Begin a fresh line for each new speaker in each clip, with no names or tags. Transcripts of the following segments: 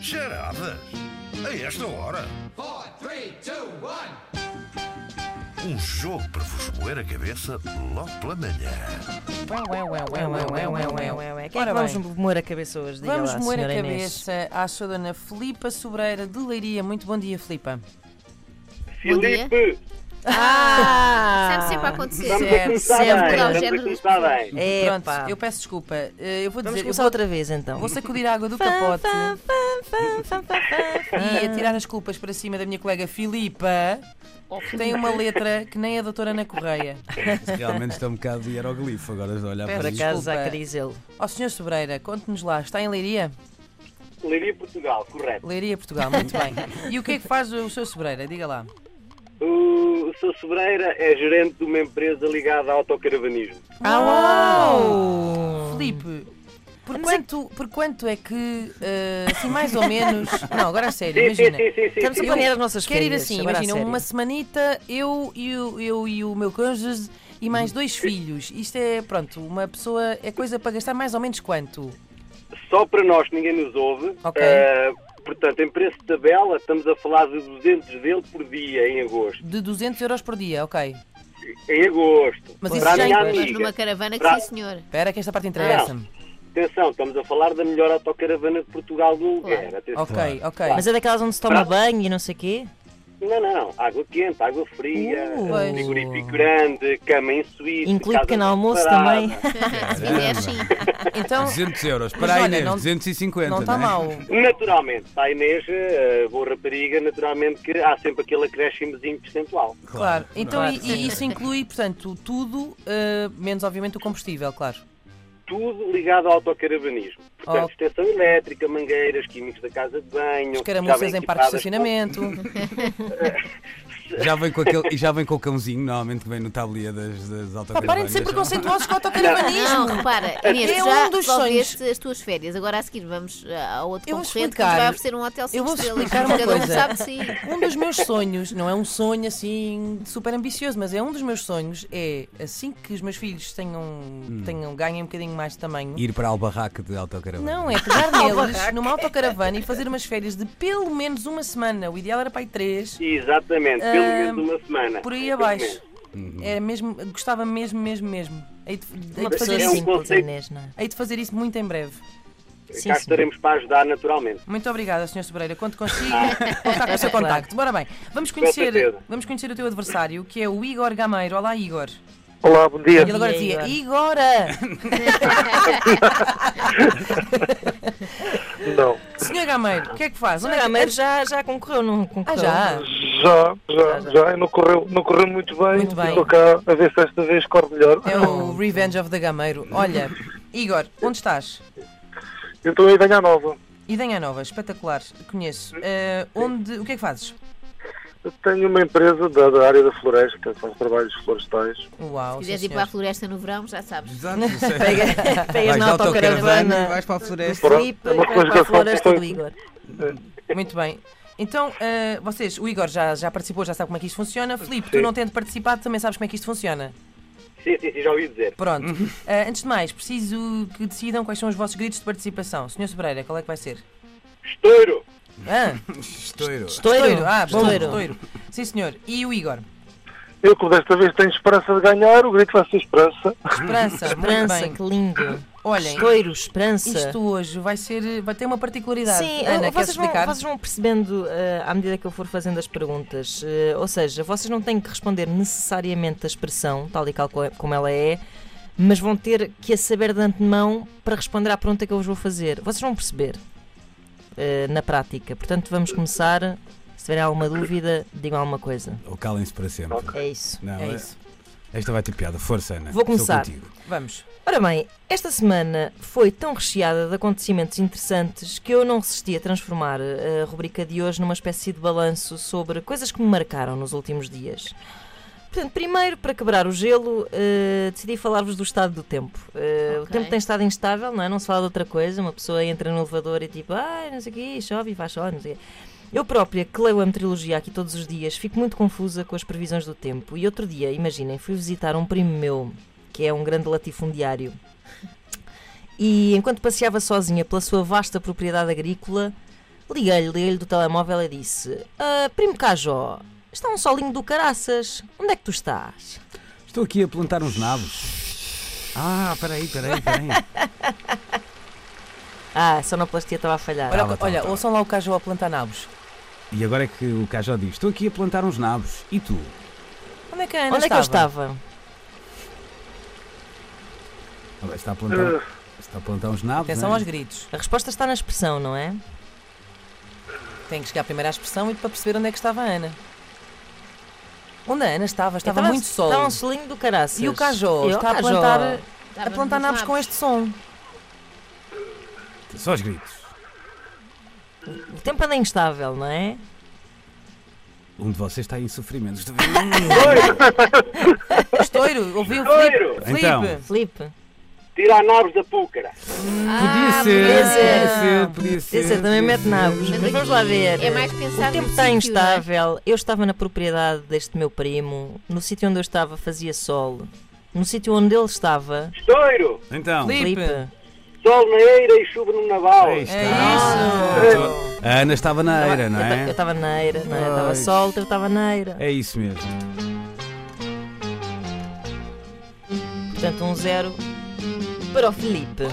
Charadas? A esta hora?
Four, three, two, one.
Um jogo para vos moer a cabeça logo pela manhã.
Ué, ué, ué, ué, ué, ué, ué, ué, ué, ué. Que é
Ora
que vamos
bem.
moer a cabeça hoje? Diga
Vamos
lá,
moer a
senhora Inês.
cabeça à sua dona Filipa Sobreira de Leiria. Muito bom dia, Filipa.
Filipe,
Ah!
Sabe sempre a acontecer.
Sempre,
vamos a
sempre.
começar
Não,
bem.
género
Vamos a começar bem.
É,
Pronto,
pá.
eu peço desculpa. Eh, Eu vou
Vamos
dizer, eu
começar
vou,
outra vez então.
vou sacudir a água do capote e atirar as culpas para cima da minha colega Filipa, que tem uma letra que nem a doutora Ana Correia.
Realmente está um bocado de hieroglifo agora de olhar
Peço
Por
para isto.
acaso
Desculpa.
há crisel.
Ó senhor Sobreira, conte-nos lá, está em Leiria?
Leiria Portugal, correto.
Leiria, Portugal, muito bem. E o que é que faz o senhor Sobreira? Diga lá.
O Sr. Sobreira é gerente de uma empresa ligada ao autocaravanismo.
Ah, Au!
Filipe,
é
por quanto, por quanto é que, eh, assim mais ou menos... Não, agora a sério,
Sim, sim,
imagina.
sim, sim, sim,
Estamos a
sim.
planear as nossas
Quer ir
férias,
assim,
agora é a
imagina,
sério.
uma semanita, eu e o, eu e o meu cônjuge e mais dois filhos. Isto é, pronto, uma pessoa é coisa para gastar mais ou menos quanto?
Só para nós, ninguém nos ouve.
Ok.
Eh, portanto, em preço de tabela, estamos a falar de 200 dele por dia em agosto.
De 200 euros por dia, ok.
Em agosto.
Mas isso
para a
já
minha
inclui-
Mas
amiga.
numa caravana que
Pra-
sim, senhor.
Espera que esta parte interessa-me.
Atenção, estamos a falar da melhor autocaravana de Portugal do lugar. Atenção.
Ok, ok.
Mas é daquelas onde se toma banho e não sei o quê?
Não, não, não. Água quente, água fria,
Uh,
pois.
frigorífico grande, cama em suíte.
Inclui
casa
pequeno almoço
separada.
também.
Se vier, sim.
Então,
200 euros.
Mas
Para a
olha,
Inês,
não-
250.
não está
né?
mal.
Naturalmente, para a Inês, eh, boa rapariga, naturalmente que há sempre aquele acréscimozinho percentual.
Claro. Então,
Claro.
e, e isso inclui, portanto, tudo, eh, menos obviamente o combustível, claro.
Tudo ligado ao autocaravanismo. Portanto,
Oh.
extensão elétrica, mangueiras, químicos da casa de banho.
Os
já
caramuças
bem
em parques de
equipadas
estacionamento.
Já vem com aquele, e já vem com o cãozinho, normalmente, que vem no tabuleiro das, das
Pá,
autocaravanas.
parem de ser preconceituosos com o autocaravanismo.
Não, repara, Inês,
É
tu já
um dos
resolveste as tuas férias. Agora a seguir vamos ah, ao outro
Eu vou
concorrente que
explicar.
nos vai oferecer um hotel 5
Eu vou
estrelas.
explicar uma
Cada um
coisa.
sabe de si.
Um dos meus sonhos, não é um sonho assim super ambicioso, mas é um dos meus sonhos, é assim que os meus filhos tenham, tenham ganhem um bocadinho mais de tamanho.
Ir para Albarraque de autocaravana.
Não, é pegar neles numa autocaravana e fazer umas férias de pelo menos uma semana. O ideal era para aí três,
Exatamente, pelo
Ah,
menos uma semana.
por aí
Pelo
abaixo.
menos.
Era mesmo, gostava mesmo, mesmo, mesmo. Hei de, hei
Uma
de
pessoa
fazer
É um
isso,
simples,
conceito-
Inês, não é?
hei de fazer isso muito em breve.
Sim,
Cá
sim.
estaremos para ajudar, naturalmente.
Muito obrigada, Sr. Sobreira. Conto consigo contar com o seu contacto. Bora bem, vamos conhecer,
certeza.
vamos conhecer o teu adversário, que é o Igor Gameiro. Olá, Igor.
Olá, bom dia.
E ele agora
Bom dia,
dizia, Igora!
Não.
Senhor Gameiro, o que é que faz? Onde é que-
Ah, mas já, já concorreu, não
Ah,
concorreu?
já?
então.
Já, já, já. E não correu, não correu muito bem.
Muito bem.
Estou cá a ver se esta vez corre melhor.
É o Revenge of the Gameiro. Olha, Igor, onde estás?
Então Eu estou em ganhar nova.
Idenha Nova, espetacular, conheço. Eh, onde, o que é que fazes?
Eu tenho uma empresa da, da área da floresta, que faz trabalhos florestais.
Uau,
Se
sim,
quiseres ir
senhor.
para a floresta no verão, já sabes.
Exato, não sei.
Pegas
Vais
na
na autocaravana e
autocaravana
vais para a
do
floresta.
Filipe
Pronto, é
e
uma
vais
coisa
para a
que eu
floresta
faço.
do Igor.
Muito bem. Então, eh, vocês, o Igor já, já participou, já sabe como é que isto funciona. Filipe, tu
Sim.
não tendo participado, também sabes como é que isto funciona.
Sim, sim, sim, já ouvi dizer.
Pronto. Eh, antes de mais, preciso que decidam quais são os vossos gritos de participação. Senhor Sobreira, qual é que vai ser?
Estouro!
Ah,
Estouro.
Estouro.
Ah, estouro.
Estouro.
estouro. Sim, senhor. E o Igor?
Eu que desta vez tenho esperança de ganhar, o grito vai ser esperança.
Esperança, muito
Esperança,
bem.
que lindo.
Olhem,
Estouro, esperança.
isto hoje vai ser, vai ter uma particularidade.
Sim,
Ana,
eu-
queres
vocês, vão,
explicar?
vocês vão percebendo eh, à medida que eu for fazendo as perguntas. Eh, ou seja, vocês não têm que responder necessariamente a expressão, tal e qual co- como ela é, mas vão ter que a saber de antemão para responder à pergunta que eu vos vou fazer. Vocês vão perceber eh, na prática. Portanto, vamos começar. Se tiverem alguma dúvida, digam alguma coisa.
Ou calem-se para sempre.
É isso.
Não,
É isso.
Esta vai ter piada. Força, Ana.
Vou começar.
Estou contigo.
Vamos.
Ora bem, esta semana foi tão recheada de acontecimentos interessantes que eu não resisti a transformar eh, a rubrica de hoje numa espécie de balanço sobre coisas que me marcaram nos últimos dias. Portanto, primeiro, para quebrar o gelo, eh, decidi falar-vos do estado do tempo. Eh, O
Ok.
tempo tem estado instável, não é? Não se fala de outra coisa. Uma pessoa entra no elevador e tipo, ai, não sei o quê, chove e faz sol, não sei o quê. Eu própria, que leio a meteorologia aqui todos os dias, fico muito confusa com as previsões do tempo. E outro dia, imaginem, fui visitar um primo meu, que é um grande latifundiário. E enquanto passeava sozinha pela sua vasta propriedade agrícola, Liguei-lhe, liguei-lhe do telemóvel e disse: "Ah, Primo Cajó, está um solinho do caraças, onde é que tu estás?
Estou aqui a plantar uns nabos. Ah, peraí, peraí, peraí.
Ah, a sonoplastia estava a falhar.
Olha,
Tava, tava,
olha
tava.
ouçam lá o Caju a plantar nabos.
E agora é que o Cajó diz: Estou aqui a plantar uns nabos. E tu?
Onde é que a Ana
onde é que eu estava?
Olha, está a plantar, um- está a plantar uns nabos.
Atenção
não é?
Ah. aos gritos.
A resposta está na expressão, não é?
Tem que chegar primeiro à expressão e para perceber onde é que estava a Ana. Onde a Ana estava? Estava
Então,
muito sol.
Estava um solinho do caraças.
E o Cajó
Eu,
está a
Cajó.
plantar, a
Estávamos
plantar
nos
nabos com este som.
Só os gritos.
O tempo anda instável, não é?
Um de vocês está em sofrimento.
Ah,
Estouro, ouviu, Filipe?
Estouro!
Filipe!
Então.
Filipe,
Tira a nabos da púcara.
Podia
Ah,
ser,
podia ser.
podia ser, podia ser.
esse é também
podia
mete
ser.
nabos. Mas vamos lá ver.
É mais pensar
O tempo
no
está
sítio, é?
é?
instável. Eu estava na propriedade deste meu primo. No sítio onde eu estava fazia sol. No sítio onde ele estava,
Estouro!
Então,
Filipe.
Filipe,
Sol na eira e chuva no naval.
aí está.
É isso!
A Ana estava na era, não
eu
é?
estava na eira, não é? Eu estava
Ai.
sol, eu estava na eira.
É isso mesmo.
Portanto, um zero para o Filipe.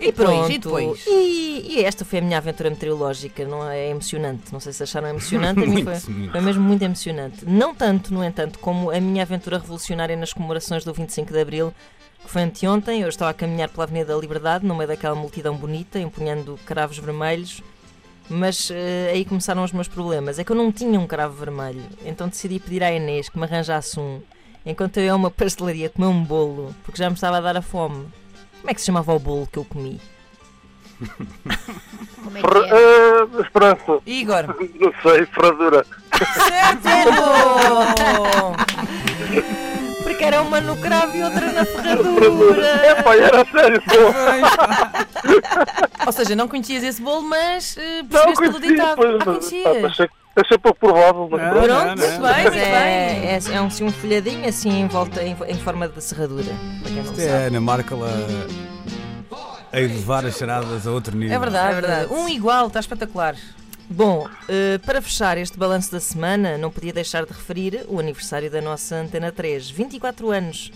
E depois, e depois?
E, e esta foi a minha aventura meteorológica, não é, É emocionante. Não sei se acharam emocionante, a mim
Muito,
foi,
muito.
foi mesmo muito emocionante. Não tanto, no entanto, como a minha aventura revolucionária nas comemorações do 25 de Abril, que foi anteontem. Eu estava a caminhar pela Avenida da Liberdade, no meio daquela multidão bonita, empunhando cravos vermelhos. Mas eh, aí começaram os meus problemas. É que eu não tinha um cravo vermelho, então decidi pedir à Inês que me arranjasse um, enquanto eu ia a uma pastelaria comer um bolo, porque já me estava a dar a fome. Como é que se chamava o bolo que eu comi?
Como é
Fer-
que é?
ah, esperança.
Igor!
Não sei, ferradura.
Certo!
Porque era uma no cravo e outra na ferradura.
É pá, era sério, pô.
Ou seja, não conhecias esse bolo, mas eh,
Não,
percebeste pelo
conhecia,
ditado.
pois, né?
Ah,
mas,
conhecias?
pá, achei, achei pouco provável, mas
Não,
pronto.
não,
Pronto, muito bem,
Mas
muito
é,
bem.
é, é um, assim, um folhadinho assim em volta, em, em forma de serradura. Para quem não
É
sabe.
a Ana Markel a, a elevar as charadas a outro nível.
É verdade,
É verdade.
Um igual, está espetacular.
Bom, eh, para fechar este balanço da semana, não podia deixar de referir o aniversário da nossa Antena 3. 24 anos,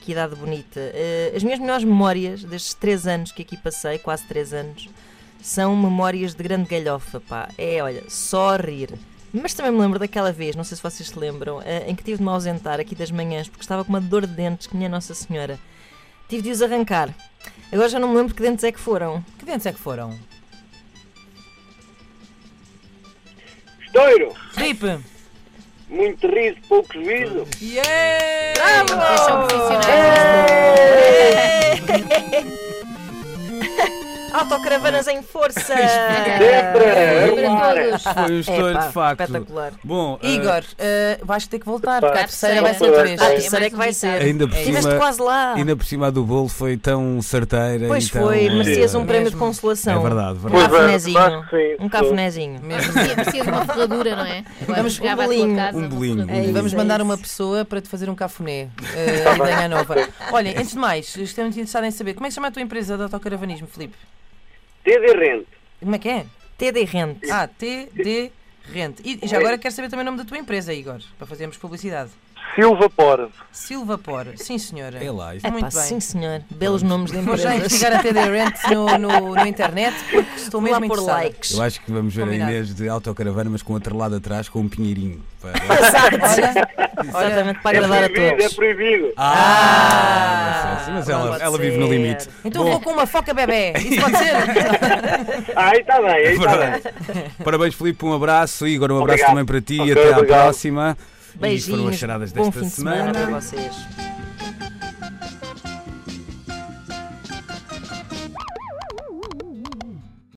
que idade bonita. Eh, as minhas melhores memórias destes 3 anos que aqui passei, quase 3 anos, são memórias de grande galhofa, pá. É, olha, só a rir. Mas também me lembro daquela vez, não sei se vocês se lembram, eh, em que tive de me ausentar aqui das manhãs porque estava com uma dor de dentes, que minha Nossa Senhora. Tive de os arrancar. Agora já não me lembro que dentes é que foram.
Que dentes é que foram?
Estouro!
Filipe!
Muito riso, pouco juízo.
Yeah!
Vocês são profissionais.
Autocaravanas em força!
Sempre!
Para todos.
Foi um estouro
Epá,
de facto.
espetacular.
Bom, eh,
Igor, eh, vais ter que voltar, porque a
Para
terceira
a
vai ser
terceira.
três.
A
É
terceira
mais
é que vai
um
ser.
ainda por
Estiveste
cima,
quase lá.
ainda por cima a do bolo foi tão certeira.
Pois
e tão,
foi,
eh,
merecias um
Mesmo.
prémio de consolação.
É verdade,
Um
verdade.
Pois é,
cafunézinho.
claro que sim.
um cafunézinho.
Mesmo.
Parecia uma ferradura, não é? Agora
Vamos,
chegava
um
à tua
bolinho,
casa,
um
uma
bolinho,
ferradura.
um bolinho.
Vamos
Isso,
mandar
é
uma
isso.
pessoa para te fazer um cafuné eh, da Ana Nova. Olha, antes de mais, estou muito interessado em saber como é que se chama a tua empresa de autocaravanismo, Filipe?
TD Rente.
Como é que é?
TD Rente.
Ah, TD Rente. E e já agora quero saber também o nome da tua empresa, Igor, para fazermos publicidade.
Silva Pora.
Silva Por. Sim, senhora.
É lá, isto
É
muito
pá,
bem.
sim senhor. Belos nomes de
Vou já
empresas.
investigar a TD Rent no, no, no internet, porque estou
Vou lá
mesmo
por
interessada.
likes.
Eu acho que vamos ver
Combinado.
a Inês de autocaravana, mas com atrelado atrás, com um pinheirinho.
Olha, olha,
Exatamente, para
É
agradar a
proibido, é
todos.
proibido.
Ah! mas ela,
pode
ela vive no
ser.
limite.
então vou com uma foca bebê. Isso pode ser?
Ah, aí está bem, aí
É
está bem.
Parabéns, Filipe, um abraço. Igor, um abraço
Obrigado.
também para ti.
Ok,
Até à
obrigado.
próxima. E foram as
Beijinhos.
charadas desta
Bom fim de semana para vocês.